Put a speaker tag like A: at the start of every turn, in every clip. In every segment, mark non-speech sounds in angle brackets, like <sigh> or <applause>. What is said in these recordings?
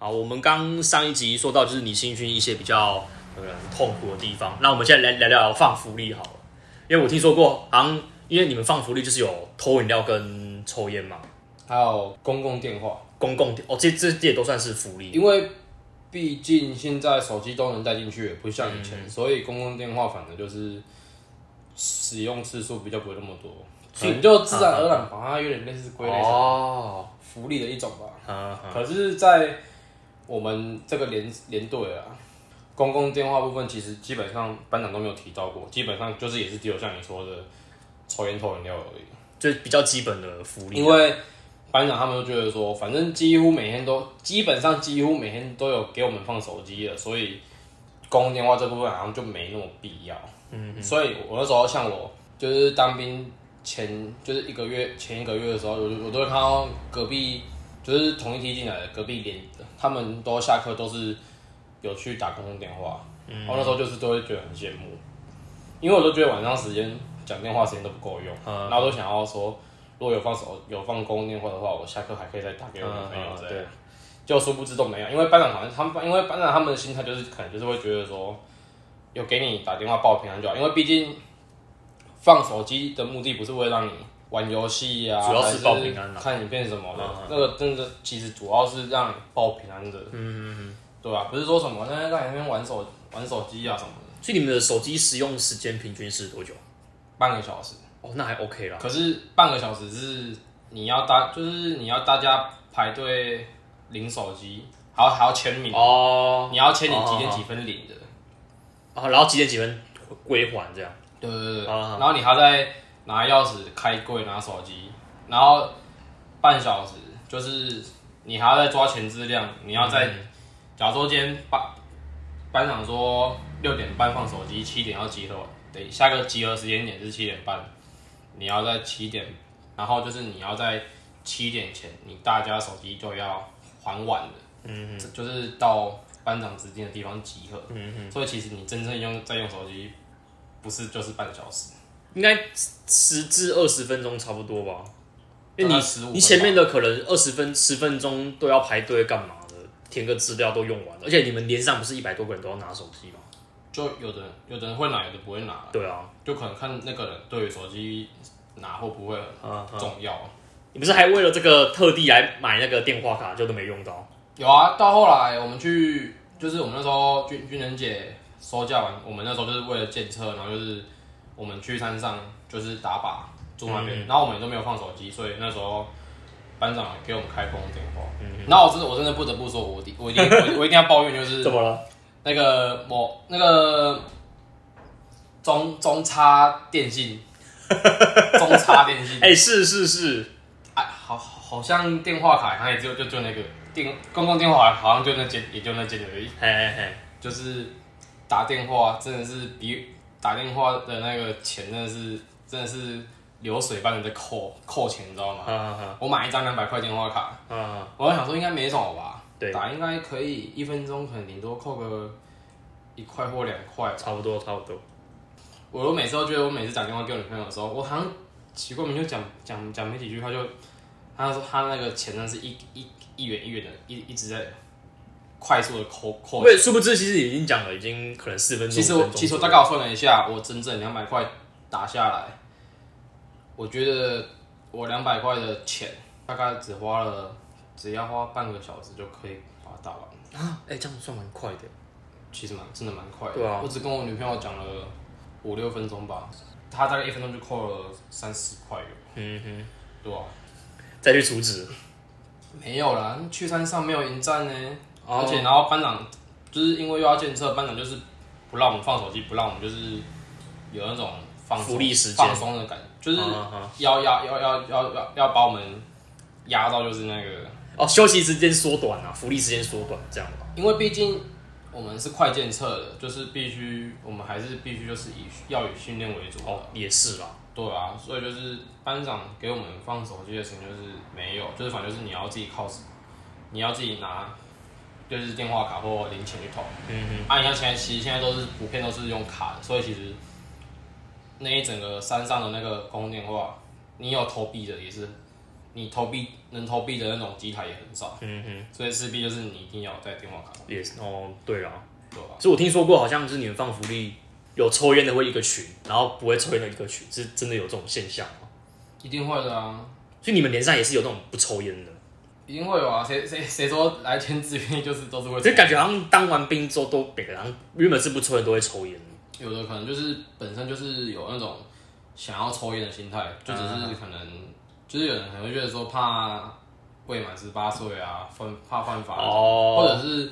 A: 我们刚上一集说到，就是你新训一些比较呃痛苦的地方。那我们现在来聊聊放福利好了，因为我听说过，好像因为你们放福利就是有偷饮料跟抽烟嘛，
B: 还有公共电话，
A: 公共哦，这这这也都算是福利。
B: 因为毕竟现在手机都能带进去，也不像以前，所以公共电话反正就是使用次数比较不会那么多，所以你就自然而然把它有点类似归类成
A: 哦，
B: 福利的一种吧。
A: 嗯嗯
B: 可是，在我们这个连连队啊，公共电话部分其实基本上班长都没有提到过，基本上就是也是只有像你说的抽烟偷饮料而已。
A: 就比较基本的福利。啊
B: 因为班长他们就觉得说，反正几乎每天都，基本上几乎每天都有给我们放手机了，所以公共电话这部分好像就没那么必要。嗯所以我那时候像我就是当兵前，就是一个月前一个月的时候，我就我都会看到隔壁就是同一梯进来的隔壁连，他们都下课都是有去打公共电话，嗯，我那时候就是都会觉得很羡慕，因为我都觉得晚上时间讲电话时间都不够用，
A: 嗯
B: 然后都想要说。如果有放手有放公共电话的话，我下课还可以再打给我的朋友
A: 嗯嗯
B: 之类的。
A: 对，
B: 就殊不知都没有，因为班长好像他们，因为班长他们的心态就是可能就是会觉得说，有给你打电话报平安就好，因为毕竟放手机的目的不是为了让你玩游戏啊，
A: 主要是
B: 还是
A: 报平安啊
B: 看影片什么的，
A: 嗯
B: 那个真的其实主要是让你报平安的，嗯嗯嗯，对吧、不是说什么在在那边玩手玩手机啊什么的，
A: 所以你们的手机使用时间平均是多久？
B: 半个小时，
A: 哦，那还 OK 啦。
B: 可是半个小时是你要大，就是你要大家排队领手机，还要还要签名，
A: 哦，
B: 你要签你几点几分领的。
A: 啊，然后几点几分归还这样？
B: 对对对，
A: 好了好了
B: 然后你还在拿钥匙开柜拿手机，然后半小时就是你还要再抓前资量，你要
A: 嗯
B: 在，假如说今天班班长说六点半放手机，七点要集合，得下个集合时间点是七点半，你要在七点，然后就是你要在七点前，你大家手机就要还完了，嗯，就是到班长指定的地方集合，嗯所以其实你真正用在用手机。不是就是半小时，
A: 应该十至二十分钟差不多吧。因为你
B: 大概15
A: 你
B: 分
A: 前
B: 吧
A: 面的可能二十分十分钟都要排队干嘛的，填个资料都用完了，而且你们连上不是一百多个人都要拿手机吗？
B: 就有的人有的人会拿，有的不会拿，
A: 对啊，
B: 就可能看那个人对于手机拿或不会
A: 嗯
B: 很重要。
A: 你不是还为了这个特地来买那个电话卡，就都没用到。
B: 有啊，到后来我们去，就是我们那时候军军人姐收假完，我们那时候就是为了检测，然后就是我们去山上就是打靶住那
A: 嗯
B: 边，然后我们也都没有放手机，所以那时候班长给我们开公共电话。然后我真的我真的不得不说，我一定我一定我我一定要抱怨，就是
A: 嗯 <laughs> 怎么了？
B: 那个某那个中中差
A: <laughs>
B: 电信，中差电信，
A: 哎、是是是，
B: 哎，好，好像电话卡好像也就就就那个电公共电话好像就那间也就那间而已，
A: 嘿嘿嘿，
B: 就是打电话真的是比打电话的那个钱真的是真的是流水般的在扣扣钱，你知道吗？
A: 嗯嗯
B: 我买一张两百块电话卡，
A: 嗯嗯，
B: 我想说应该没什么吧，
A: 对
B: 打应该可以一分钟可能顶多扣个一块或两块吧。
A: 差不多差不多。
B: 我我每次都觉得，我每次打电话给我女朋友的时候，我好像奇怪，明明就讲讲讲没几句，她就她说她那个钱呢是一一一元一元的，一一直在快速的扣扣。
A: 对，殊不知其实已经讲了，已经可能四分钟。
B: 其实
A: 五
B: 我
A: 分钟
B: 其实我
A: 左
B: 大
A: 右
B: 概我算了一下，我整整两百块打下来，我觉得我两百块的钱大概只花了，只要花半个小时就可以把它打完，
A: 啊，哎、这样算蛮快的。
B: 其实蛮真的蛮快的。
A: 对啊
B: 我只跟我女朋友讲了五六分钟吧，她大概一分钟就扣了三十块有。
A: 嗯哼，
B: 对啊，
A: 再去处置。
B: 没有啦，去山上没有迎战呢、
A: 哦
B: 而且然后班长就是因为又要检测，班长就是不让我们放手机，不让我们就是有那种放松
A: 福利时间
B: 放松的感觉，就是
A: 嗯嗯
B: 要要要要要要要把我们压到就是那个，
A: 哦，休息时间缩短啊，福利时间缩短，这样吧。
B: 因为毕竟我们是快检测的，就是必须我们还是必须就是以要以训练为主的，
A: 哦，也是啦。
B: 对啊，所以就是班长给我们放手机的时间就是没有，就是反正就是你要自己靠，你要自己拿，就是电话卡或零钱去投。
A: 嗯哼，
B: 啊，你像现在其实现在都是普遍都是用卡的，所以其实那一整个山上的那个公共电话，你有投币的也是你投币能投币的那种机台也很少，
A: 嗯哼，
B: 所以势必就是你一定要在电话卡上，
A: 也是哦，对啊，
B: 对吧？
A: 所以我听说过，好像是你们放福利有抽烟的会一个群，然后不会抽烟的一个群，是真的有这种现象吗？
B: 一定会的啊，
A: 所以你们联赛也是有那种不抽烟的，
B: 一定会有啊，谁谁谁说来签字愿意就是都是会，
A: 就感觉好像当完兵之后都每个人好像原本是不抽烟都会抽烟。
B: 有的可能就是本身就是有那种想要抽烟的心态，就只是可能、就是有人可能会觉得说怕未满十八岁啊，犯怕犯法、
A: 哦
B: 或者是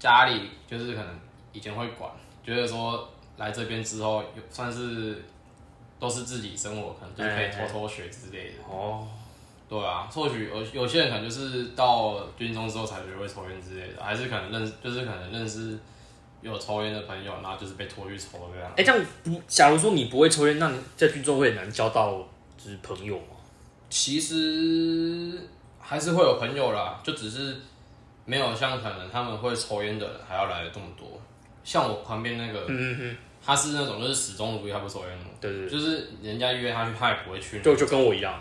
B: 家里就是可能以前会管，觉得说来这边之后有算是都是自己生活，可能就是可以偷偷学之类的。
A: 哦，
B: 对啊，或许有有些人可能就是到军中之后才学会抽烟之类的，还是可能认识就是可能认识有抽烟的朋友，然后就是被拖去抽这样
A: 哎、。这样不，假如说你不会抽烟，那你在军中会很难交到就是朋友吗？
B: 其实还是会有朋友啦，就只是没有像可能他们会抽烟的人还要来的这么多。像我旁边那个，
A: 嗯嗯
B: 他是那种就是始终如一，他不抽烟的，
A: 嗯，对对
B: 就是人家约他去，他也不会去
A: 对，。就就跟我一样，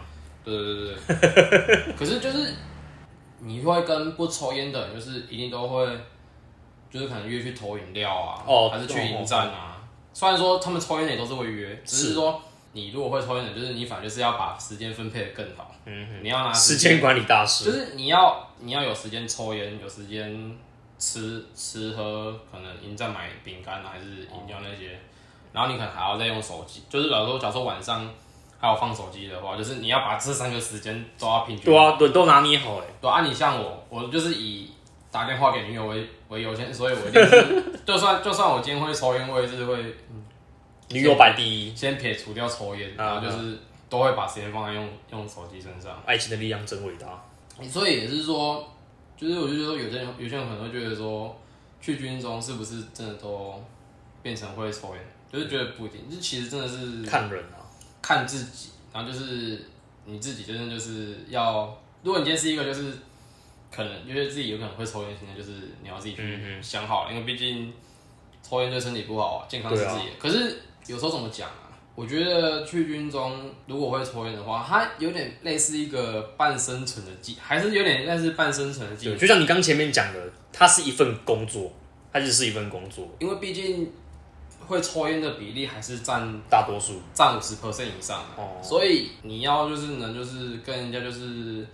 B: 对对对对。可是就是你会跟不抽烟的人，就是一定都会，就是可能约去投饮料啊，
A: 哦
B: 还是去迎战啊。虽然说他们抽烟的也都是会约，只是
A: 是
B: 说你如果会抽烟的，就是你反正就是要把时间分配的更好。
A: 嗯
B: 你要拿
A: 时间管理大师，
B: 就是你要你要有时间抽烟，有时间吃吃喝，可能迎战买饼干啊还是饮料那
A: 哦
B: 些，然后你可能还要再用手机，就是老实说，假如说晚上还有放手机的话，就是你要把这三个时间都要平均。
A: 对，啊，对，都拿捏好哎、
B: 对啊，你像我，我就是以打电话给女友为为优先，所以我一定是
A: <laughs>
B: 就算就算我今天会抽烟，我也是会
A: 女友版第一，
B: 先撇除掉抽烟，
A: 啊
B: 然后就是都会把时间放在用用手机身上。
A: 爱情的力量真伟大。
B: 所以也是说，就是我就觉得有些人有些人可能会觉得说，去军中是不是真的都变成会抽烟？就是觉得不一定，就其实真的是
A: 看人啊，
B: 看自己，然后就是你自己真的就是要，如果你今天是一个就是可能因为自己有可能会抽烟，现在就是你要自己去想好了，因为毕竟抽烟对身体不好啊，健康是自己的。可是有时候怎么讲啊？我觉得去军中如果会抽烟的话，它有点类似一个半生存的技，还是有点类似半生存的技
A: 对，就像你刚前面讲的，它是一份工作，它只是一份工作，
B: 因为毕竟会抽烟的比例还是占
A: 大多数 <laughs>
B: 占五十 percent 以上、啊
A: 哦
B: 所以你要就是能就是跟人家就是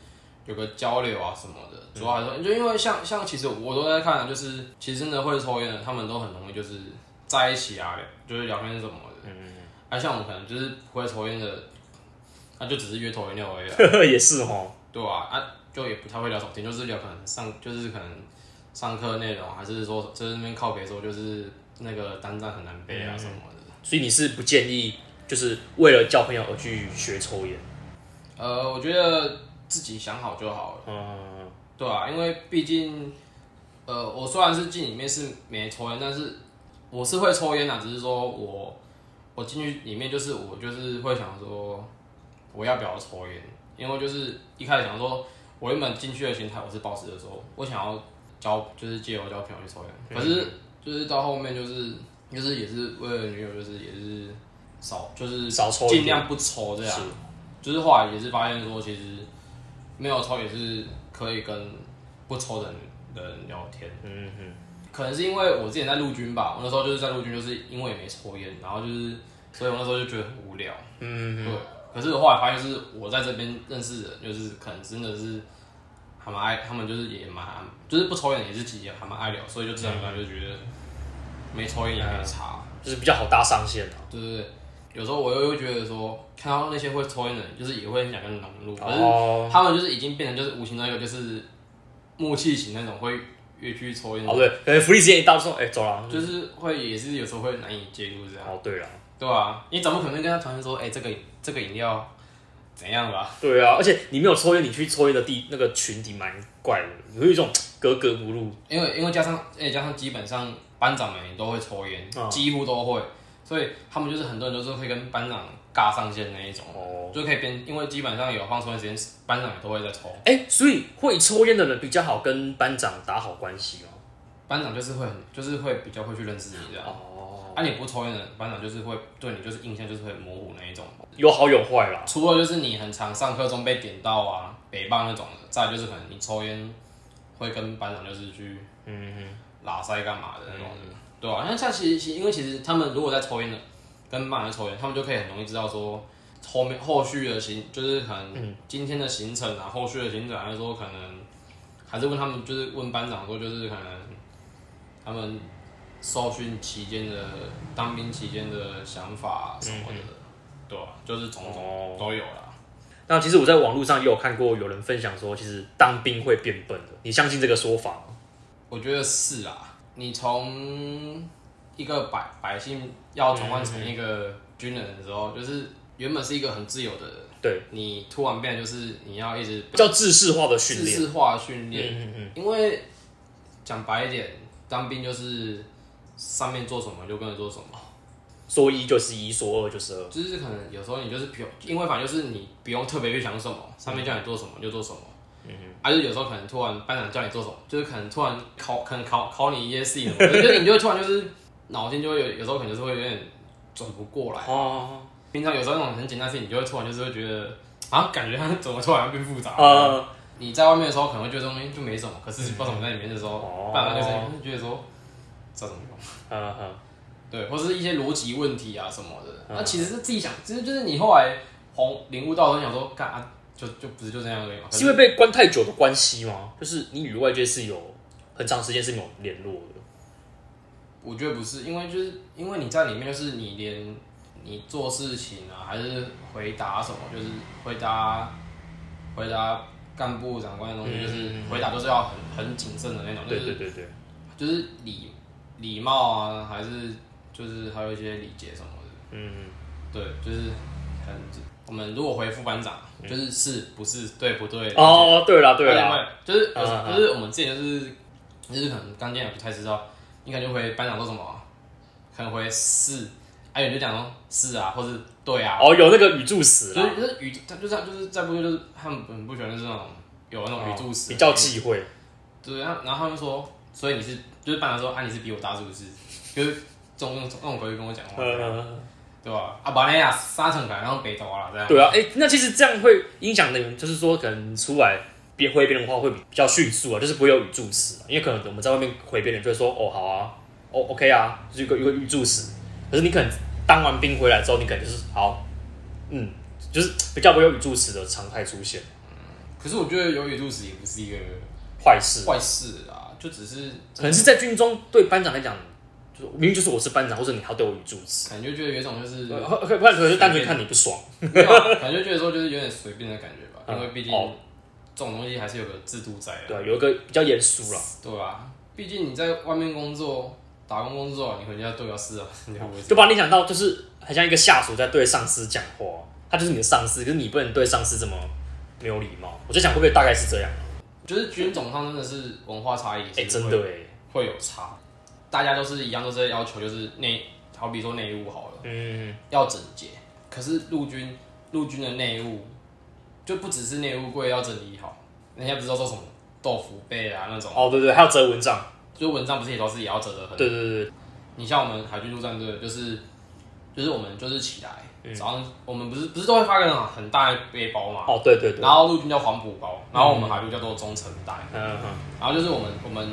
B: 有个交流啊什么的，主要还是就因为像像其实我都在看啊，就是其实真的会抽烟的，他们都很容易就是在一起啊，就是聊天什么的。嗯啊，像我们可能就是不会抽烟的，那、就只是约抽烟聊而已、啊，
A: 也是哦。
B: 对吧、啊？啊，就也不太会聊什么天，就是聊可能上就是可能上课内容，还是说就是那边靠别说就是那个单站很难背啊什么的。
A: 所以你是不建议，就是为了交朋友而去学抽烟？
B: 呃，我觉得自己想好就好了，
A: 嗯，
B: 对啊，因为毕竟，呃，我虽然是进里面是没抽烟，但是我是会抽烟的，只是说我我进去里面就是我就是会想说我要不要抽烟，因为就是一开始想说，我原本进去的心态我是保持着说我想要交就是借由交朋友去抽烟，可是就是到后面就是就是也是为了女友就是也是少就是
A: 少抽一点
B: 尽量不抽这样
A: 是。
B: 就是后来也是发现说，其实没有抽也是可以跟不抽的人的人聊天。
A: 嗯
B: 嗯，可能是因为我之前在陆军吧，我那时候就是在陆军，就是因为也没抽烟，然后就是，所以我那时候就觉得很无聊。
A: 嗯，
B: 对，可是我后来发现，就是我在这边认识的，就是可能真的是还蛮爱，他们就是也蛮，就是不抽烟也是自己也还蛮爱聊，所以就自然而然就觉得没抽烟也没差。
A: 嗯就是比较好搭上线啊。
B: 对对对，有时候我又会觉得说，看到那些会抽烟的人，就是也会很想跟融入，可是
A: 哦，
B: 他们就是已经变成就是无形中一个就是默契型那种会越去抽烟的
A: 哦，对，可能福利时间一到说，哎、走了。
B: 就是会也是有时候会难以介入这样，
A: 哦，对了，
B: 对啊？你怎么可能跟他传说，哎、这个这个饮料怎样吧？
A: 对啊，而且你没有抽烟，你去抽烟的地那个群体蛮怪的，有一种格格不入。
B: 因为因为加上哎、加上基本上班长们也都会抽烟，
A: 嗯
B: 几乎都会，所以他们就是很多人都是会跟班长尬上线那一种，
A: 哦，
B: 就可以变，因为基本上有放抽烟时间，班长也都会在抽。
A: 哎、所以会抽烟的人比较好跟班长打好关系哦。
B: 班长就是会很，就是会比较会去认识你这样。
A: 哦，哦，
B: 啊，你不抽烟的班长就是会对你就是印象就是会模糊那一种，
A: 有好有坏啦。
B: 除了就是你很常上课中被点到啊，北棒那种的，再来就是可能你抽烟会跟班长就是去
A: 嗯
B: 拉塞干嘛的那种的，对啊，那像其实其因为其实他们如果在抽烟的跟班长在抽烟，他们就可以很容易知道说后面后续的行就是可能今天的行程啊，后续的行程还是说可能还是问他们就是问班长说就是可能他们受训期间的当兵期间的想法什么的，对啊，就是种
A: 哦
B: 种都有啦。
A: 哼，那其实我在网络上也有看过有人分享说，其实当兵会变笨的，你相信这个说法吗？
B: 我觉得是啊，你从一个百百姓要转换成一个军人的时候，就是原本是一个很自由的人，
A: 对，
B: 你突然变得就是你要一直
A: 比较制式化的训
B: 自
A: 练。
B: 式化训
A: 嗯
B: 练，
A: 嗯嗯，
B: 因为讲白一点，当兵就是上面做什么就跟着做什么，
A: 说一就是一，说二就是二。
B: 就是可能有时候你就是不用，因为反正就是你不用特别去想什么，上面叫你做什么就做什么。嗯，还是有时候可能突然班长叫你做什么，就是可能突然考，可能考考你一些事
A: <laughs>
B: 情，我觉得你就会突然就是脑筋就会有，有时候可能就是会有点转不过来。
A: 哦，
B: 平常有时候那种很简单的事情，你就会突然就是会觉得啊，感觉它怎么突然变复杂。
A: 呃，
B: 你在外面的时候可能会觉得这东西就没什么，可是不知道怎么在里面的时
A: 哦
B: 候，班长就是就觉得说这怎么用？
A: 嗯嗯，
B: 对，或是一些逻辑问题啊什么的。那其实是自己想，其实就是你后来红领悟到的时候，你想说，干、啊，就就不是就这样而已嘛。可
A: 是因为被关太久的关系吗？就是你与外界是有很长时间是没有联络的。
B: 我觉得不是，因为就是因为你在里面，就是你连你做事情啊，还是回答什么，就是回答回答干部长官的东西，
A: 嗯
B: 就是回答都是要很很谨慎的那种，就
A: 对对
B: 是
A: 对对，
B: 就是礼礼貌啊，还是就是还有一些礼节什么的。
A: 嗯，
B: 对，就是很我们如果回复班长，就是是不是对不对？
A: 哦，对啦对啦，
B: 了，就是有时
A: 嗯嗯
B: 就是我们之前就是就是可能刚进来不太知道，你可能就回班长说什么啊，可能回是，哎，你就讲说是啊，或是对啊，
A: 哦，有那个语助词
B: 就
A: 啦
B: 是，就是语，他就是他就是在部队就是他们很不喜欢就是那种有那种哦语助词，
A: 哦比较忌讳。
B: 对，然后然后他们说，所以你是就是班长说啊你是比我大是不是？就是这种这种这种口语跟我讲话，
A: 嗯嗯嗯
B: 对吧？啊，把那呀沙城改然后北斗啊这样。
A: 对啊，哎、那其实这样会影响的，就是说可能出来变回别人的话会比比较迅速啊，就是不会有语助词、啊，因为可能我们在外面回别人就会说哦好啊，哦 OK 啊，就是一个一个语助词。可是你可能当完兵回来之后，你可能就是好，嗯，就是比较不会有语助词的常态出现，
B: 可是我觉得有语助词也不是一个
A: 坏事。
B: 坏事啦，就只是
A: 可能是在军中对班长来讲，就是明明就是我是班长，或者你还要对我语助词，
B: 感觉觉得有一
A: <laughs>
B: 种就是，
A: 呃或或或者是单纯看你不爽。
B: 没有啊感觉觉得说就是有点随便的感觉吧，
A: 嗯
B: 因为毕竟
A: 哦
B: 这种东西还是有个制度在
A: 对、
B: 啊，
A: 啊，有一个比较严肃啦。
B: 对吧？毕竟你在外面工作、打工工作，你回家都要事啊，你会不会
A: 就把你想到就是很像一个下属在对上司讲话，他就是你的上司，可是你不能对上司这么没有礼貌。我在想会不会大概是这样？
B: 就是军种上真的是文化差异，
A: 哎、真的哎，
B: 会有差，大家都是一样，都是要求就是内，好比说内务好了。
A: 嗯，
B: 要整洁。可是陆军陆军的内务就不只是内务柜要整理好，人家不是都说什么豆腐被啊那种，
A: 哦对对，还有折蚊帐，
B: 就文章不是也都是也要折得很。
A: 对对对对，
B: 你像我们海军陆战队，就是就是我们就是起来，早上我们不是不是都会发个那种很大的背包嘛，
A: 嗯哦嗯对对对，
B: 然后陆军叫黄埔包，然后我们海陆叫做中程带，
A: 嗯嗯，
B: 然后就是我们我们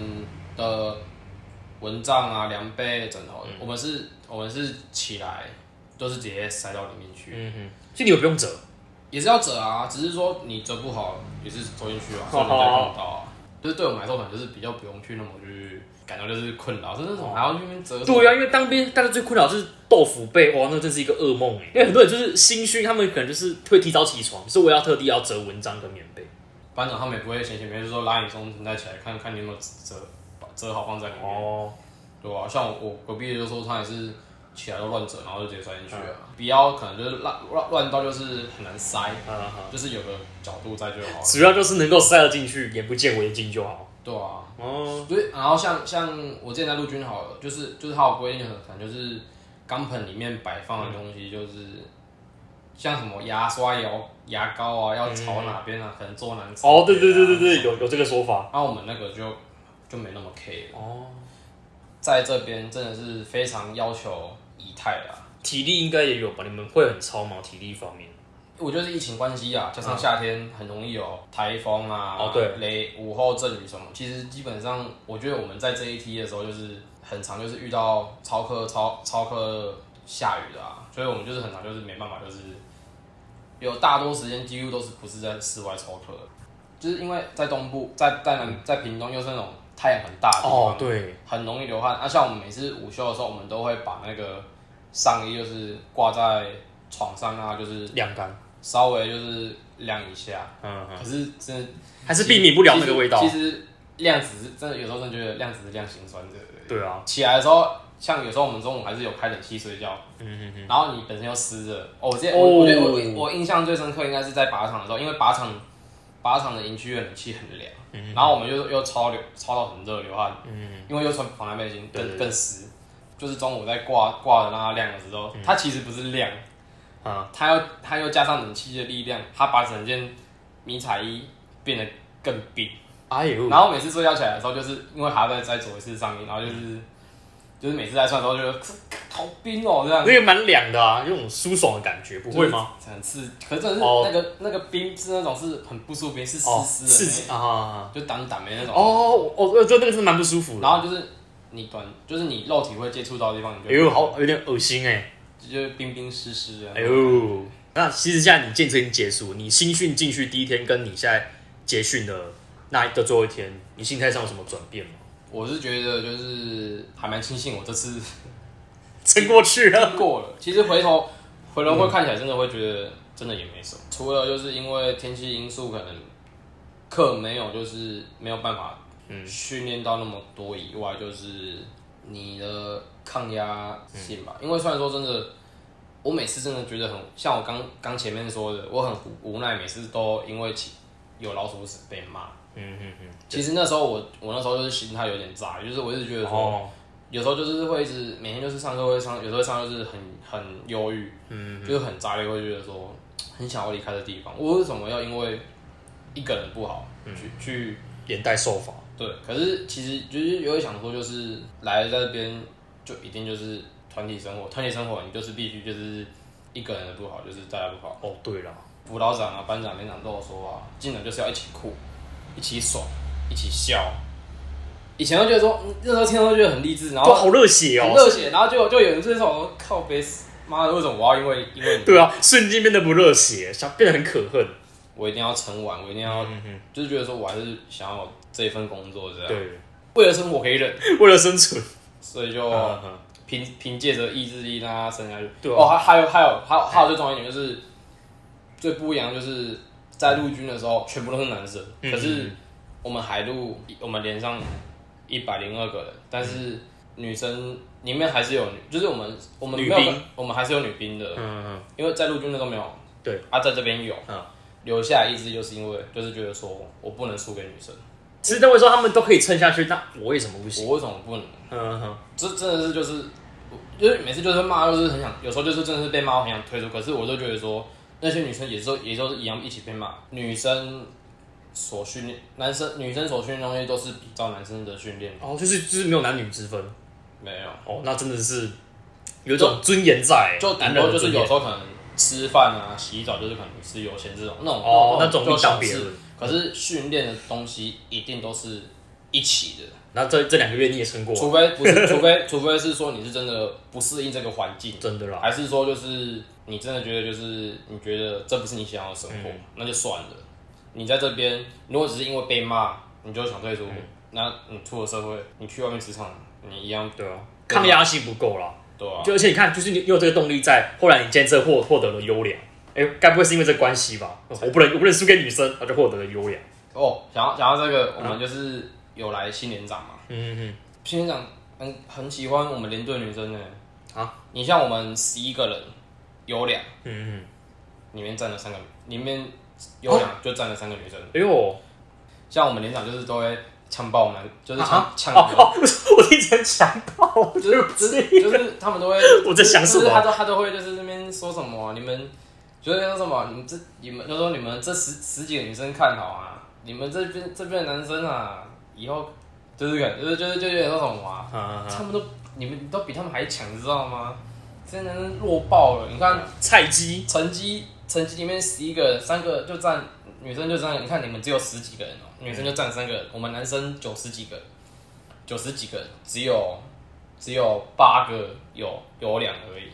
B: 的蚊帐啊、凉被、枕
A: 嗯
B: 头，我们是我们是起来都是直接塞到里面去。
A: 嗯所以你们不用折，
B: 也是要折啊，只是说你折不好也是折进
A: <laughs>
B: 去啊，所以人家看不到啊。就是对我们来说，可能就是比较不用去那么去感到就是困扰，就是那种还要去那边折。
A: 哦对啊，因为当兵大家最困扰就是豆腐被，哇，那真是一个噩梦哎，因为很多人就是心虚，他们可能就是会提早起床，所以我要特地要折蚊帐跟棉被，
B: 班长他们也不会闲闲没事说拉你中层再起来看看你有没有折折好放在里面，
A: 哦，
B: 对啊？像我我隔壁的就说他也是起来都乱折，然后就直接塞进去了，不要可能就是乱乱乱到就是很难塞，
A: 嗯嗯，
B: 就是有个角度在就好了，
A: 主要就是能够塞得进去，眼不见为净就好，
B: 对啊。
A: 哦，
B: 对，然后像像我之前在陆军好了，就是就是它有规定，可能就是钢盆里面摆
A: 嗯
B: 放的东西，就是、像什么牙刷、牙牙膏啊，要朝哪边啊，可能坐南
A: 嗯
B: 朝、
A: 哦对对对对对，。有有这个说法，
B: 然后我们那个就就没那么 care。
A: 哦。
B: 在这边真的是非常要求仪态啦。
A: 体力应该也有吧？你们会很超吗？体力方面？
B: 我觉得是疫情关系啊，加上夏天很容易有台风啊，
A: 哦对
B: 雷午后阵雨什么。其实基本上，我觉得我们在这一梯的时候，就是很常就是遇到超课超超课下雨的啊，所以我们就是很常就是没办法，就是有大多时间几乎都是不是在室外超课，就是因为在东部，在
A: 嗯
B: 在南在屏东又是那种太阳很大的地方，
A: 哦对，
B: 很容易流汗。那、啊像我们每次午休的时候，我们都会把那个上衣就是挂在床上啊，就是
A: 晾干，
B: 稍微就是晾一下，
A: 嗯，嗯
B: 可是真的
A: 还是避免不了那个味道
B: 其。实其实量子是真的，有时候真的觉得量子是量心酸的。
A: 对啊，
B: 起来的时候，像有时候我们中午还是有开冷气睡觉，嗯嗯嗯，然后你本身又湿着。哦，我记得我我觉得我我印象最深刻应该是在靶场的时候，因为靶场靶场的营区的冷气很凉，
A: 嗯
B: 然后我们又又超流超到很热流汗，嗯，因为又穿防弹背心
A: 对对
B: 更
A: 对
B: 更湿。就是中午在挂挂的让它晾的时候，它其实不是晾，
A: 嗯，
B: 它又它又加上冷气的力量，它把整件迷彩衣变得更冰。
A: 哎呦，
B: 然后每次睡觉起来的时候，就是因为还要再再做一次上衣，然后就是、就是每次在穿的时候就觉得好冰哦、这样
A: 那。个蛮凉的啊，有种舒爽的感觉，不会吗？？
B: 很刺，可是真的是
A: 哦
B: 那个、那个冰是那种是很不舒服，是湿
A: 哦，
B: 湿
A: 刺
B: 的
A: 激啊！
B: 那种，就挡挡的那种。
A: 哦，我我这那个是蛮不舒服的。
B: 然后就是你短，就是你肉体会接触到的地方，你就
A: 哎呦，好有点恶心哎、
B: 就是冰冰湿湿的。
A: 哎呦，那其实现在你健身已经结束，你新训进去第一天跟你现在结训的那的最后一天，你心态上有什么转变吗？
B: 我是觉得就是还蛮庆幸我这次
A: 撑过去了。
B: 过了。其实回头回头会看起来，真的会觉得真的也没什么。除了就是因为天气因素，可能课没有，就是没有办法
A: 嗯
B: 训练到那么多以外，就是你的抗压性吧。因为虽然说真的，我每次真的觉得很像我刚刚前面说的，我很无无奈，每次都因为其有老鼠屎被骂。
A: 嗯嗯嗯。
B: 其实那时候我我那时候就是心态有点炸，就是我一直觉得说。
A: 哦，
B: 有时候就是会一直每天就是上课会上，有时候上课就是很很忧郁，嗯，就是很炸裂，会觉得说很想要离开的地方。我为什么要因为一个人不好去、去
A: 连带受罚。
B: 对？可是其实就是有点想说，就是来了在这边就一定就是团体生活，团体生活你就是必须就是一个人的不好，就是大家不好。
A: 哦，对了，
B: 辅导长啊、班长、连长都有说啊，进来就是要一起哭、一起爽、一起笑。以前都觉得说，嗯那时候听到都觉得很励志，然后
A: 哇，好热血
B: 很
A: 哦。
B: 热血，然后就就有人就是说靠背，妈的，为什么我要因为因为你
A: 对啊，瞬间变得不热血，想变得很可恨。
B: 我一定要成晚，我一定要、
A: 嗯嗯
B: 就是觉得说我还是想要有这一份工作这样，
A: 对，
B: 为了生活可以忍，
A: <laughs> 为了生存。
B: 所以就
A: 嗯嗯
B: 凭凭借着意志力让它撑下去。
A: 对啊哎
B: 哦，还还有还有还有还有最重要一点就是最不一样就是在陆军的时候全部都是男生，
A: 嗯
B: 可是我们海陆我们连上一百零二个人，但
A: 嗯
B: 是女生里面还是有女，就是我们我们没有
A: 女兵
B: 我们还是有女兵的。
A: 嗯嗯
B: 因为在陆军那时候没有，
A: 对，
B: 啊，在这边有，
A: 嗯
B: 留下来意志就是因为就是觉得说我不能输给女生，
A: 嗯。其实都会说他们都可以撑下去，那我为什么不行？
B: 我为什么不能？
A: 嗯嗯
B: 这真的是就是，就是每次就是骂，就是很想，有时候就是真的是被骂，很想退出，可是我就觉得说那些女生也是也都是一样一起被骂，女生。所训练，男生女生所训练的东西都是比照男生的训练，
A: 哦，就是就是没有男女之分。
B: 没有，
A: 哦，那真的是有一种尊严在，
B: 就
A: 男人
B: 顶多
A: 的
B: 就是
A: 尊
B: 有
A: 严
B: 时候可能吃饭啊、洗澡就是可能是有钱这种那种
A: 哦，那种另
B: 就
A: 当
B: 小
A: 别
B: 事
A: 论。
B: 可是训练的东西一定都是一起的，
A: 那这这两个月你也撑过啊，
B: 除非不是，除非除非是说你是真的不适应这个环境，
A: 真的啦。
B: 还是说就是你真的觉得就是你觉得这不是你想要的生
A: 嗯
B: 活，那就算了。你在这边，如果只是因为被骂你就想退
A: 嗯
B: 出，那你出了社会，你去外面职场，你一样
A: 对啊，抗压性不够啦。
B: 对啊。
A: 就而且你看，就是你你有这个动力在，后来你今天这获获得了优良，哎、该不会是因为这关系吧？我不能我不能输给女生，那就获得了优良。
B: 哦，讲到讲到这
A: 啊
B: 个，我们就是有来新连长嘛，
A: 嗯嗯
B: 新连长很很喜欢我们连队女生呢。
A: 啊，
B: 你像我们十一个人，有两。
A: 嗯嗯哦
B: 里面站了三个，里面有两就站了三个女生。
A: 嗯，哎呦，
B: 像我们连长就是都会呛爆男，就是呛呛
A: 哦
B: 女，
A: 哦，我一直在强暴，
B: <laughs> 就
A: 对
B: 是
A: 不起。 <laughs>
B: 就是他们都会，
A: 我在想什
B: 就是
A: 么
B: 他？都他都会就是那边说什么你们，就是说什么你们这你们就说你们这十十几个女生看好啊，你们这边这边的男生啊，以后就是感就是就是就是有那种啊，
A: 嗯嗯
B: 他们都你们都比他们还强，你知道吗？真的是弱爆了。你看
A: 嗯，菜鸡，
B: 成绩成绩里面十一个人，三个就占女生就占，你看你们只有十几个人哦、女生就占三个人，我们男生九十几个，九十几个人只有只有八个有有两而已。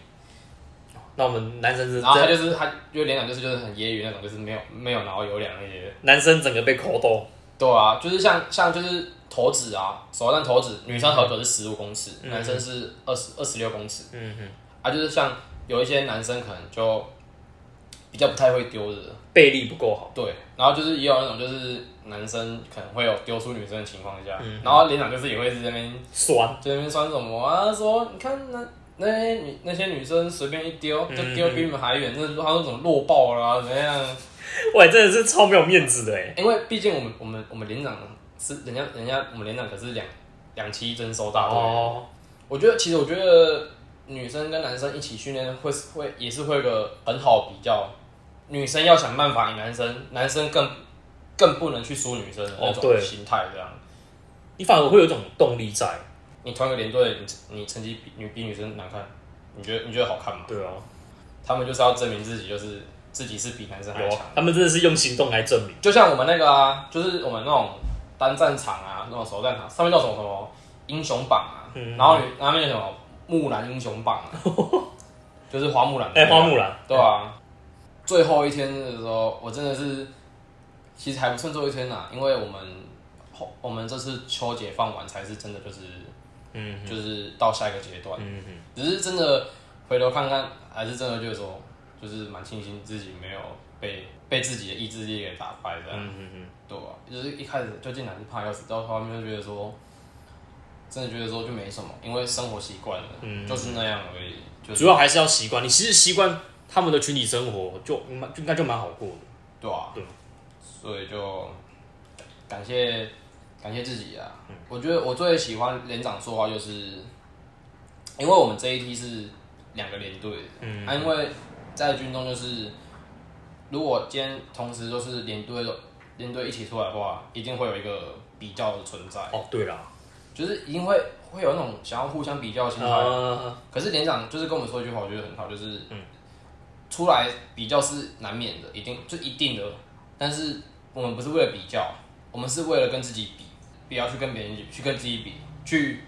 A: 那我们男生是
B: 然后他
A: 真
B: 就是他就连长就是就是很揶揄那种，就是没有没有然后有两那些。
A: 男生整个被抠斗，
B: 对啊，就是像像就是投掷啊，手榴弹投掷，女生投掷是十五公尺，男生是二十二十六公尺
A: 嗯嗯，
B: 啊。就是像有一些男生可能就比较不太会丢的，
A: 背力不够好，
B: 对，然后就是也有那种就是男生可能会有丢出女生的情况下，然后连长就是也会在那边
A: 酸，
B: 在那边酸什么啊，说你看那那些女那些女生随便一丢就丢比你们还远，那他那种弱爆啦、怎么样？
A: 喂，真的是超没有面子的哎，
B: 因为毕竟我们我们我们连长是人家人家我们连长可是两两期征收大队，
A: 哦，
B: 我觉得其实我觉得女生跟男生一起训练会会也是会有个很好比较，女生要想办法赢男生，男生更更不能去输女生的那
A: 哦对
B: 种心态这样。
A: 你反而会有一种动力在，
B: 你团个连队，你你成绩比你比女生难看，你觉得你觉得好看吗？
A: 对啊，
B: 他们就是要证明自己，就是自己是比男生还
A: 有
B: 强
A: 啊。，他们真的是用行动来证明，
B: 就像我们那个啊，就是我们那种单战场啊，那种手榴弹场上面叫什么什么英雄榜啊，
A: 嗯
B: 然后你然后那边有什么木兰英雄榜啊，
A: <laughs>
B: 就是花木兰的
A: 哎，
B: 那个，啊
A: 花木兰，
B: 对啊。最后一天的时候，我真的是其实还不算最后一天啦、因为我们后我们这次秋节放完才是真的就是
A: 嗯
B: 就是到下一个阶段，
A: 嗯嗯，
B: 只是真的回头看看，还是真的就是说就是蛮庆幸自己没有被被自己的意志力给打败这样。
A: 嗯嗯嗯，
B: 对啊，就是一开始就进来是怕要死，到后面就觉得说，真的觉得说就没什么，因为生活习惯了，
A: 嗯
B: 就是那样而已。就是
A: 主要还是要习惯，你其实习惯他们的群体生活，就蛮就应该就蛮好过的。
B: 对啊，
A: 对
B: 所以就感谢感谢自己啊。
A: 嗯
B: 我觉得我最喜欢连长说话就是，因为我们这一梯是两个连队的，
A: 嗯
B: 啊，因为在军中就是，如果今天同时都是连队连队一起出来的话，一定会有一个比较的存在。
A: 哦，对啦，
B: 就是一定会会有那种想要互相比较的心态。
A: 呃，
B: 可是连长就是跟我们说一句话，我觉得很好，就是
A: 嗯
B: 出来比较是难免的，一定就一定的。但是我们不是为了比较，我们是为了跟自己比，不要去跟别人比去跟自己比，去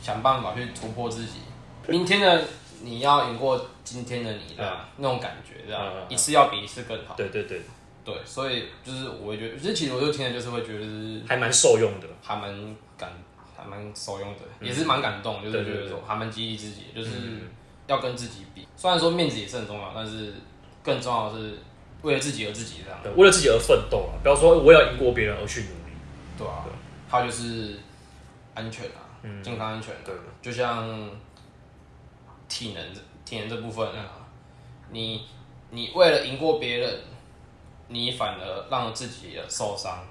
B: 想办法去突破自己。明天的你要赢过今天的你，这样、那种感觉，这样、
A: 啊嗯嗯嗯
B: 一次要比一次更好。
A: 对对对，
B: 对，所以就是我会觉得，就是其实我就听了就是会觉得就是
A: 还蛮受用的。
B: 还蛮感，还蛮受用的，也是蛮感动，就是
A: 嗯对
B: 觉
A: 对嗯
B: 得说还蛮激励自己，就是要跟自己比。虽然说面子也是很重要，但是更重要的是为了自己而自己这样，
A: 对为了自己而奋斗啊，不要说我要赢过别人而去努力。
B: 对啊。还有就是安全啊，
A: 嗯
B: 健康安全、
A: 对，
B: 就像体能这体能这部分啊，你你为了赢过别人，你反而让自己受伤，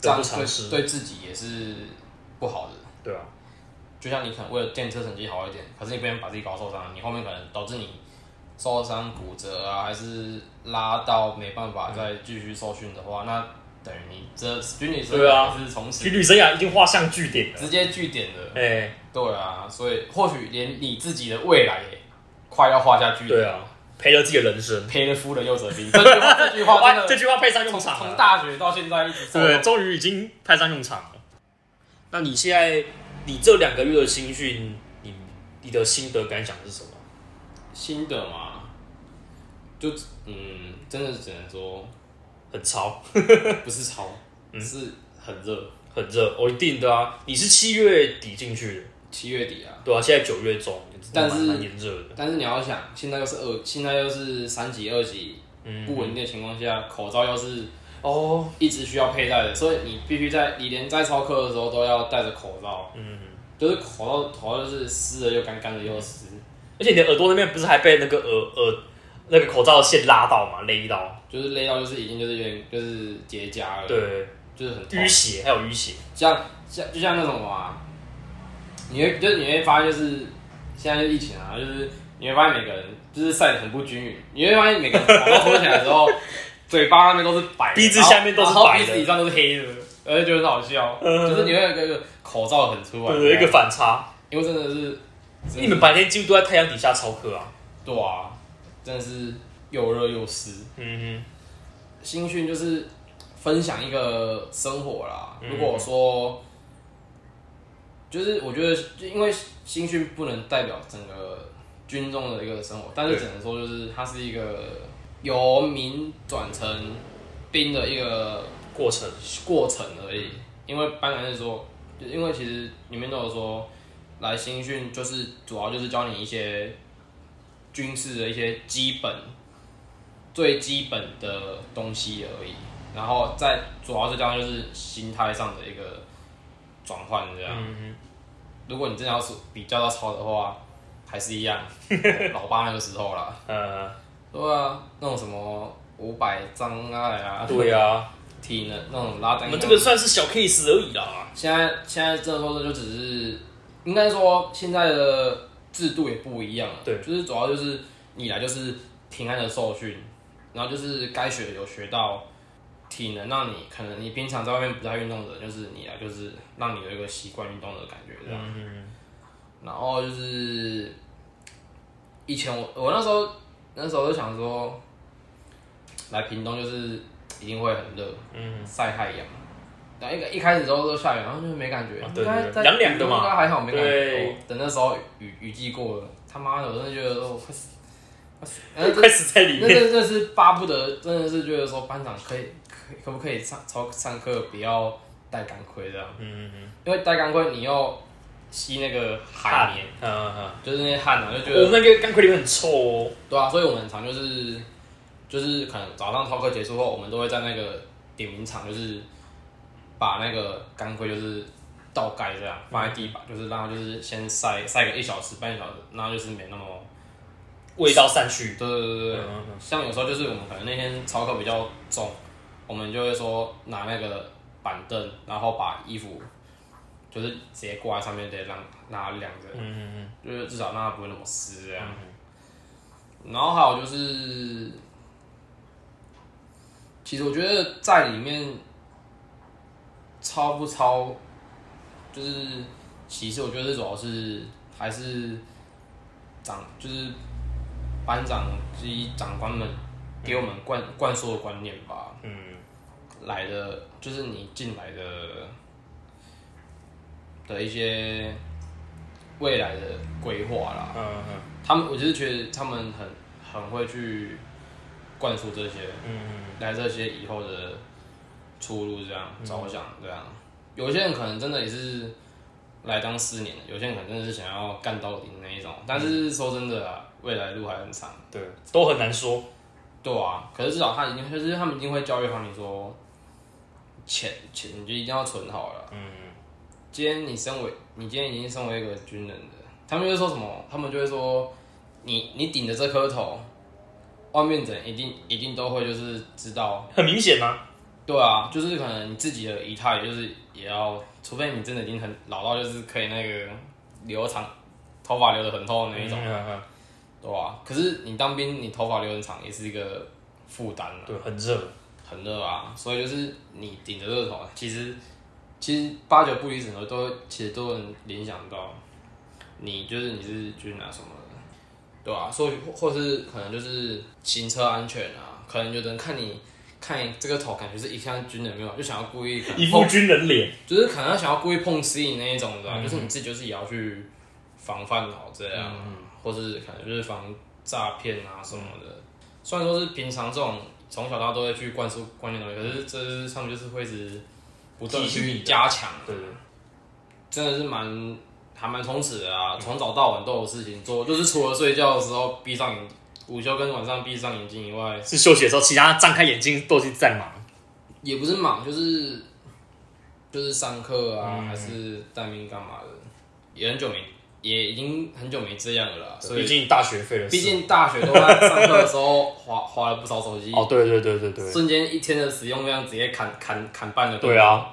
B: 这
A: 嗯得
B: 样
A: 不偿
B: 对
A: 失。
B: 对自己也是不好的。
A: 对啊，
B: 就像你可能为了电车成绩好一点，可是你不能把自己搞受伤，你后面可能导致你受伤骨折啊，还是拉到没办法再继续受训的话，那等于你这军旅生
A: 对啊
B: 涯是从此
A: 情侣生涯一定画向据点的。
B: 直接据点的。
A: 哎、
B: 对啊，所以或许连你自己的未来也快要画下句点。
A: 对啊，赔了自己的人生。
B: 赔了夫人又折兵，这句话这句话
A: 哇，这
B: 真的
A: 句话配上用
B: 从
A: 场
B: 从
A: 了。
B: 大学到现在一直受
A: 对，啊
B: 到
A: 终于已经派上用场了。那你现在，你这两个月的新训，你你的心得感想是什么？
B: 新的嘛，就嗯，真的只能说
A: 很潮，
B: 不是潮，
A: 嗯
B: 是很热。
A: 很热，我、一定的啊。你是七月底进去的，
B: 七月底啊，
A: 对啊，现在九月中，
B: 但是
A: 蛮蛮炎热的。
B: 但是你要想，现在又是二，现在又是三级、二级
A: 嗯
B: 不稳定的情况下，口罩又是
A: 哦，
B: 一直需要佩戴的，所以你必须在你连在操课的时候都要戴着口罩。嗯，就是口罩头就是湿的又干，干的又湿。
A: 而且你的耳朵那边不是还被那个耳耳那个口罩线拉到嘛，勒到，
B: 就是勒到，就是已经就是有点就是结痂了，，
A: 对，
B: 就是很痛
A: 淤。血还有淤血，
B: 像像就像那种啊，你会就是你会发现就是现在就疫情啊，就是你会发现每个人就是晒得很不均匀，你会发现
A: <laughs>
B: 每个人头发脱起来的时候，嘴巴那边都是白的，
A: 鼻子下面都是白的
B: 然后鼻子以上都是黑的，而且觉得很好笑，
A: 嗯
B: 就是你会有一个口罩很出来，
A: 有一个，反差。
B: 因为真的是嗯
A: 你们白天几乎都在太阳底下操课啊。
B: 对啊，真的是又热又湿。
A: 嗯
B: 新训就是分享一个生活啦。如果说，就是我觉得，就因为新训不能代表整个军中的一个生活，但是
A: 对
B: 只能说就是它是一个由民转成兵的一个
A: 哼，过程。
B: 过程而已。因为班长是说，就因为其实你们都有说，来新训就是主要就是教你一些军事的一些基本最基本的东西而已，然后再主要是教就是心态上的一个转换这样。
A: 嗯
B: 如果你真的要是比较到超的话，还是一样
A: <laughs>
B: 老八那个时候啦
A: 哼，，呃，
B: 对啊，那种什么五百障碍啊，
A: 对啊，
B: 体能那种拉
A: 我
B: 单杠啊，
A: 们这个算是小 case 而已啦。
B: 现在现在这说的就只是，应该说现在的制度也不一样了。
A: 对
B: 就是主要就是你来就是平安的受训，然后就是该学的有学到，体能让你可能你平常在外面不太运动的，就是你来就是让你有一个习惯运动的感觉这样。
A: 嗯
B: 然后就是以前我我那时候那时候就想说，来屏东就是一定会很热，
A: 嗯，
B: 晒太阳。然后一个一开始之后都下雨，然后就没感觉
A: 啊，对对对
B: 应该在
A: 凉凉的嘛
B: 应该还好没感觉。
A: 对
B: 哦等那时候雨雨季过了，他妈的，我真的觉得我快死，快死！
A: <laughs>
B: 然后
A: 快死在里
B: 嗯那
A: 面。
B: 那那是巴不得，真的是觉得说班长可以可以可不可以上操上课不要戴钢盔这样，
A: 嗯嗯
B: 因为戴钢盔你要吸那个海
A: 汗
B: 绵，，
A: 嗯嗯
B: 就是那些汗啊，就觉
A: 嗯，我
B: 得
A: 们那个钢盔里面很臭哦。
B: 对啊，所以我们很常就是就是可能早上操课结束后，我们都会在那个点名场，就是把那个钢盔就是倒盖这样放在地板，就是让它就是先晒晒个一小时半小时，然后就是没那么
A: 味道散去。
B: 对对对对对
A: 嗯嗯嗯
B: 像有时候就是我们可能那天操课比较重，我们就会说拿那个板凳，然后把衣服就是直接挂在上面，直接让让它晾着。
A: 嗯嗯
B: 就是至少让它不会那么湿这样
A: 嗯。
B: 然后还有就是，其实我觉得在里面超不超，就是其实我觉得主要是还是长就是班长及长官们给我们灌灌输的观念吧。
A: 嗯嗯，
B: 来的，就是你进来的的一些未来的规划啦。
A: 嗯嗯
B: 他们，我就是觉得他们很很会去灌输这些，
A: 嗯
B: 来这些以后的出路这样着想这样。有些人可能真的也是来当四年的，有些人可能真的是想要干到底的那一种。但是说真的啊，未来路还很长。
A: 嗯，对，都很难说。
B: 对啊，可是至少他一定，就是他们一定会教育好你说，钱钱你就一定要存好了。
A: 嗯
B: 今天你身为你今天已经身为一个军人的，他们就会说什么？他们就会说，你你顶着这颗头，外面的人一定一定都会就是知道，
A: 很明显啊。
B: 对啊，就是可能你自己的仪态就是也要，除非你真的已经很老到就是可以那个留长头发留的很厚的那一种，
A: 嗯嗯
B: 对啊。可是你当兵，你头发留很长也是一个负担啊
A: 嗯。对，很热。
B: 很热啊，所以就是你顶着热头，其实其实八九不离十，都其实都能联想到你就是你是军啊什么的，对啊，所以或或是可能就是行车安全啊，可能有的人看你看你这个头，感觉是一看军人没有，就想要故意可
A: 一
B: 能
A: 副
B: 碰，
A: 军人脸。
B: 就是可能他想要故意碰死你那一种的、啊，就是你自己就是也要去防范好这样，啊或是可能就是防诈骗啊什么的。虽然说是平常这种从小到大都会去灌输观念的东西，可是这是他们就是会一直不断地
A: 继续
B: 去加强，
A: 对对。
B: 真的是蛮还蛮充实的啊，从早到晚都有事情做，就是除了睡觉的时候闭上眼，午休跟晚上闭上眼睛以外，
A: 是休息的时候，其他张开眼睛都已经在忙。
B: 也不是忙，就是就是上课啊，
A: 嗯
B: 还是待命干嘛的，也很久没，也已经很久没这样了啦，所
A: 毕
B: 以。
A: 竟大学费的事，
B: 毕竟大学都在上课的时候 <laughs> 划划了不少手机，
A: 哦，对对对对对，
B: 瞬间一天的使用量直接砍砍砍半了。
A: 对，啊，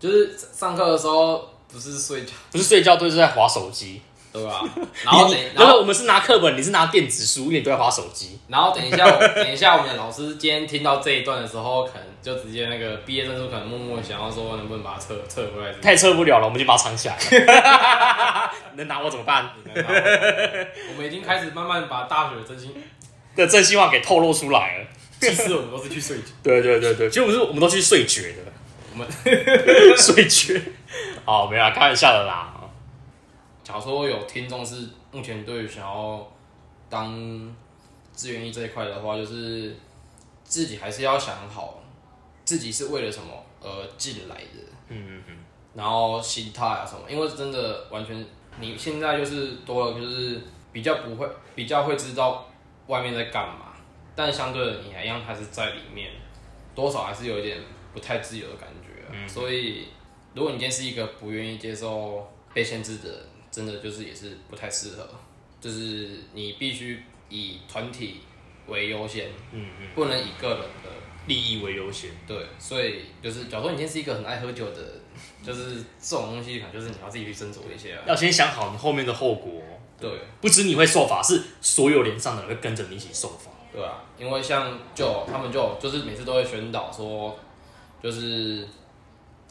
B: 就是上课的时候不是睡觉，
A: 不是睡觉，都是在划手机。<laughs>
B: 对吧、然后等，
A: 然
B: 然
A: 后
B: 后
A: 我们是拿课本，你是拿电子书，因为你都在划手机。
B: 然后等一下我，等一下我们的老师今天听到这一段的时候，可能就直接那个毕业证书，可能默默想要说能不能把它撤撤回来之类
A: 太撤不了了，我们就把它藏起来了。 <laughs> 能拿我怎么办？
B: 的。 <laughs> 然后我们已经开始慢慢把大学的真心，
A: 的真心话给透露出来了。
B: 其实我们都是去睡觉，
A: 对对对对，其实我们是我们都去睡觉的。
B: 我们。
A: <laughs> 睡觉。好，没啊啦，开玩笑的啦。
B: 假如说有听众是目前对于想要当志愿役这一块的话，就是自己还是要想好自己是为了什么而进来的，嗯嗯嗯，然后心态啊什么，因为真的完全你现在就是多了，就是比较不会，比较会知道外面在干嘛，但相对的你还一样还是在里面，多少还是有一点不太自由的感觉啊、所以如果你今天是一个不愿意接受被限制的人，真的就是也是不太适合。就是你必须以团体为优先，嗯嗯，不能以个人的。
A: <laughs> 利益为优先。
B: 对，所以就是，假如说你今天是一个很爱喝酒的人，就是这种东西，可能就是你要自己去斟酌一下。啊
A: 要先想好你后面的后果，
B: 对，
A: 不止你会受罚，是所有连上的人会跟着你一起受罚。
B: 对啊，因为像就他们就就是每次都会宣导说，就是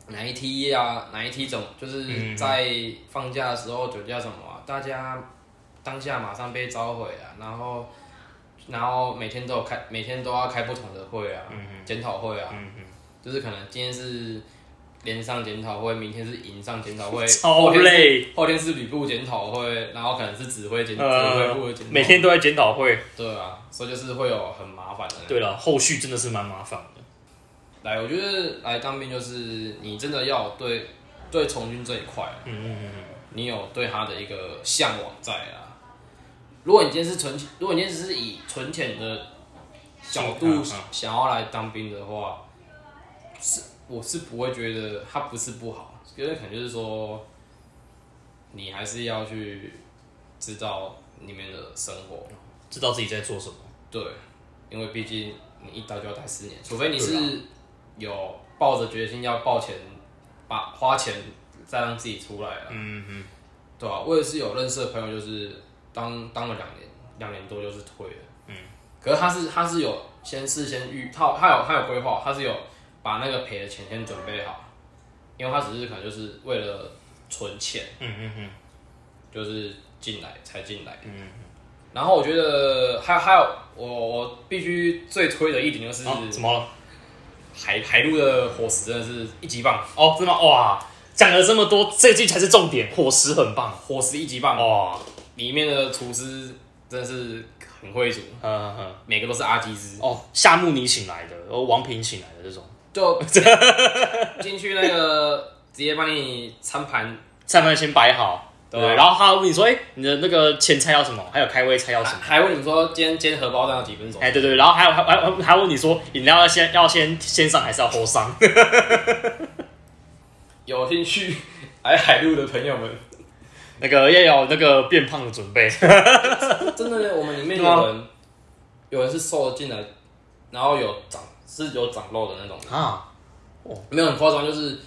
B: 哪一梯啊，哪一梯怎么，就是在
A: 嗯
B: 放假的时候酒驾什么啊，大家当下马上被召回啊，然后然后每天都有开，每天都要开不同的会啊，
A: 嗯
B: 检讨会啊，就是可能今天是连上检讨会，明天是营上检讨
A: <laughs>
B: 会，
A: 超
B: 后天是
A: 累，
B: 后天是旅部检讨会，然后可能是指挥检指挥
A: 呃
B: 部的检，讨，
A: 每天都在检讨会。
B: 对啊，所以就是会有很麻烦的那种。
A: 对了，后续真的是蛮麻烦的。
B: 来，我觉得来当兵就是你真的要有对对从军这一块，嗯嗯嗯，你有对他的一个向往在啊。如果你今天是存，如果你今天只是以存钱的角
A: 嗯
B: 度
A: 嗯嗯
B: 想要来当兵的话，是我是不会觉得他不是不好，因为可能就是说，你还是要去知道里面的生活，
A: 知道自己在做什么，
B: 对，因为毕竟你一待就要待四年，除非你
A: 对
B: 是有抱着决心要抱钱，把花钱再让自己出来了。嗯嗯，对啊，我也是有认识的朋友，就是当当了两年，两年多就是退了。嗯，可是他是他是有先事先预，他有他有他有规划，他是有把那个赔的钱先准备好，因为他只是可能就是为了存钱。嗯嗯嗯，就是进来才进来。然后我觉得还有还有我我必须最推的一点就是
A: 啊，怎么了？
B: 海海陆的伙食真的是一级棒，
A: 哦，真的吗哇，讲了这么多，这句才是重点。伙食很棒啊
B: 伙食一级棒，
A: 哇，
B: 里面的厨师真的是很会煮，
A: 嗯嗯嗯，
B: 每个都是阿基师，
A: 哦，夏目你请来的，哦，王平请来的这种
B: 就 <laughs> 进去那个直接帮你餐盘，
A: 菜饭先摆好，对
B: 对啊
A: 然后他还问你说，哎、你的那个前菜要什么？还有开胃菜要什么？
B: 还问你说今天煎荷包蛋要几分钟
A: 哎、？对对，然后还有还还还问你说饮料要先要先先上还是要后上？ <laughs>
B: 有兴趣 <laughs> 来海陆的朋友们，
A: 那个要有那个变胖的准备。
B: 真的，我们里面
A: 对啊
B: 有人有人是瘦进来，然后有长是有长肉的那种。
A: 啊，
B: 没有很夸张，就是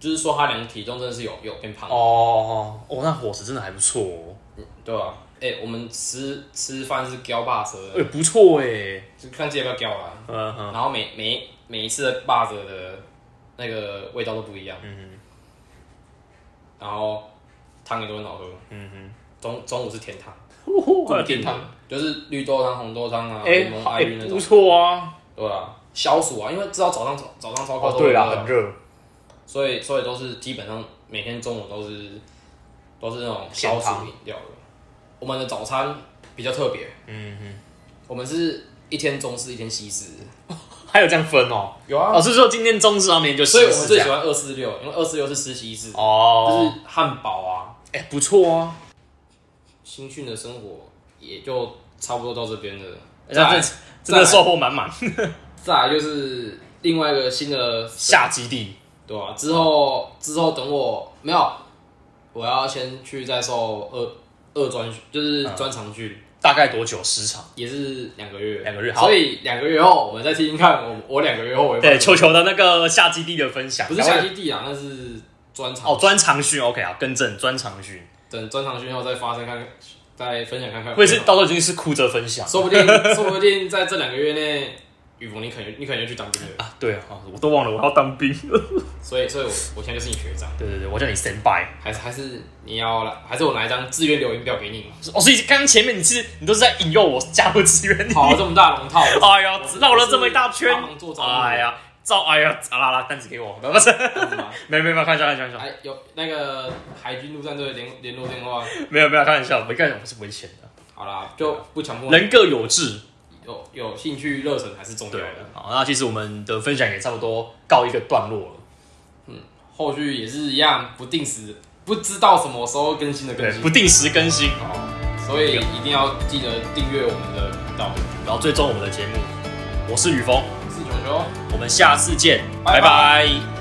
B: 就是说他量体重真的是有有变胖，
A: 哦哦，那伙食真的还不错哦，
B: 对啊？哎、我们吃吃饭是叼把蛇
A: 哎、
B: 的，
A: 不错哎、 <laughs>
B: 就看自己要不要叼啦。
A: 嗯哼，
B: 然后每每每一次的把蛇的那个味道都不一样，嗯然后汤也都很好喝，嗯哼，中中午是甜汤，
A: 哇，
B: 固定的，就是绿豆汤、红豆汤啊，
A: 哎、
B: 柠、檬
A: 好
B: 爱
A: 哎、
B: 玉那
A: 不
B: 种，
A: 错啊。
B: 对啊？消暑啊，因为知道早上早早上超高
A: 哦，
B: 都
A: 对啦，
B: 了，
A: 很热，
B: 所以所以都是基本上每天中午都是都是那种消暑饮料的。我们的早餐比较特别，嗯哼，我们是一天中式一天西式，
A: 还有这样分哦。
B: 有啊
A: 老，师说今天中式，然后明天就西
B: 所以我
A: 式这
B: 们最
A: 样
B: 喜欢二四六，因为二四六是吃西式，就
A: 哦，
B: 是汉堡啊。
A: 哎、不错啊，
B: 新训的生活也就差不多到这边了，再
A: 哎那
B: 来
A: 真真的收获满满。
B: 再来就是另外一个新的
A: 下基地
B: 对啊，之后之后等我没有，我要先去再受二二专训，就是
A: 嗯
B: 专长训。
A: 大概多久时长？
B: 也是两个月，
A: 两个月好
B: 所以两个月后我们再听听看，我我两个月后我会
A: 对，
B: 发现
A: 球球的那个下基地的分享，
B: 不是
A: 台湾哦
B: 夏基地啊，那是专场
A: 哦，专长训 OK 啊，更正专长训，
B: 等专场训后再发生看，再分享看看。
A: 我也是，到时候已经是哭着分享
B: 说不定，说不定在这两个月内，雨逢你可能你可能就去当兵了。
A: 啊。对啊，我都忘了我要当兵了。
B: 所以，所以我我现在就是你学长，
A: <laughs> 对对对，我叫你 stand by。
B: 还是还是你要来，还是我拿一张志愿留言表给你
A: <laughs>
B: 嘛？
A: 哦，所以刚刚前面你是你都是在引诱我加入志愿役。
B: 跑了这么大龙
A: <laughs>
B: 套，
A: 哎呀，绕了这么一大圈
B: 帮忙做，招募
A: 哎呀，照哎呀，啊啦啦，单子给我， <laughs> 不是，
B: 是吗？
A: 没有没有没有开玩笑，开玩笑，
B: <laughs> 哎，有那个海军陆战队的联联络电话，
A: 没有没有开玩笑，没干什么是危险的，
B: 好啦，就不强迫
A: 啊人各有志，
B: 有有兴趣热忱还是重要
A: 对啊
B: 的。，
A: 好，那其实我们的分享也差不多告一个段落了，
B: 后续也是一样，不定时，不知道什么时候更新的更
A: 对，
B: 新
A: 不，定时更新，
B: 哦所以一定要记得订阅我们的频道。
A: 然后追踪我们的节目，我是雨峰，
B: 我是球球。
A: 我们下次见，
B: 拜拜
A: 拜拜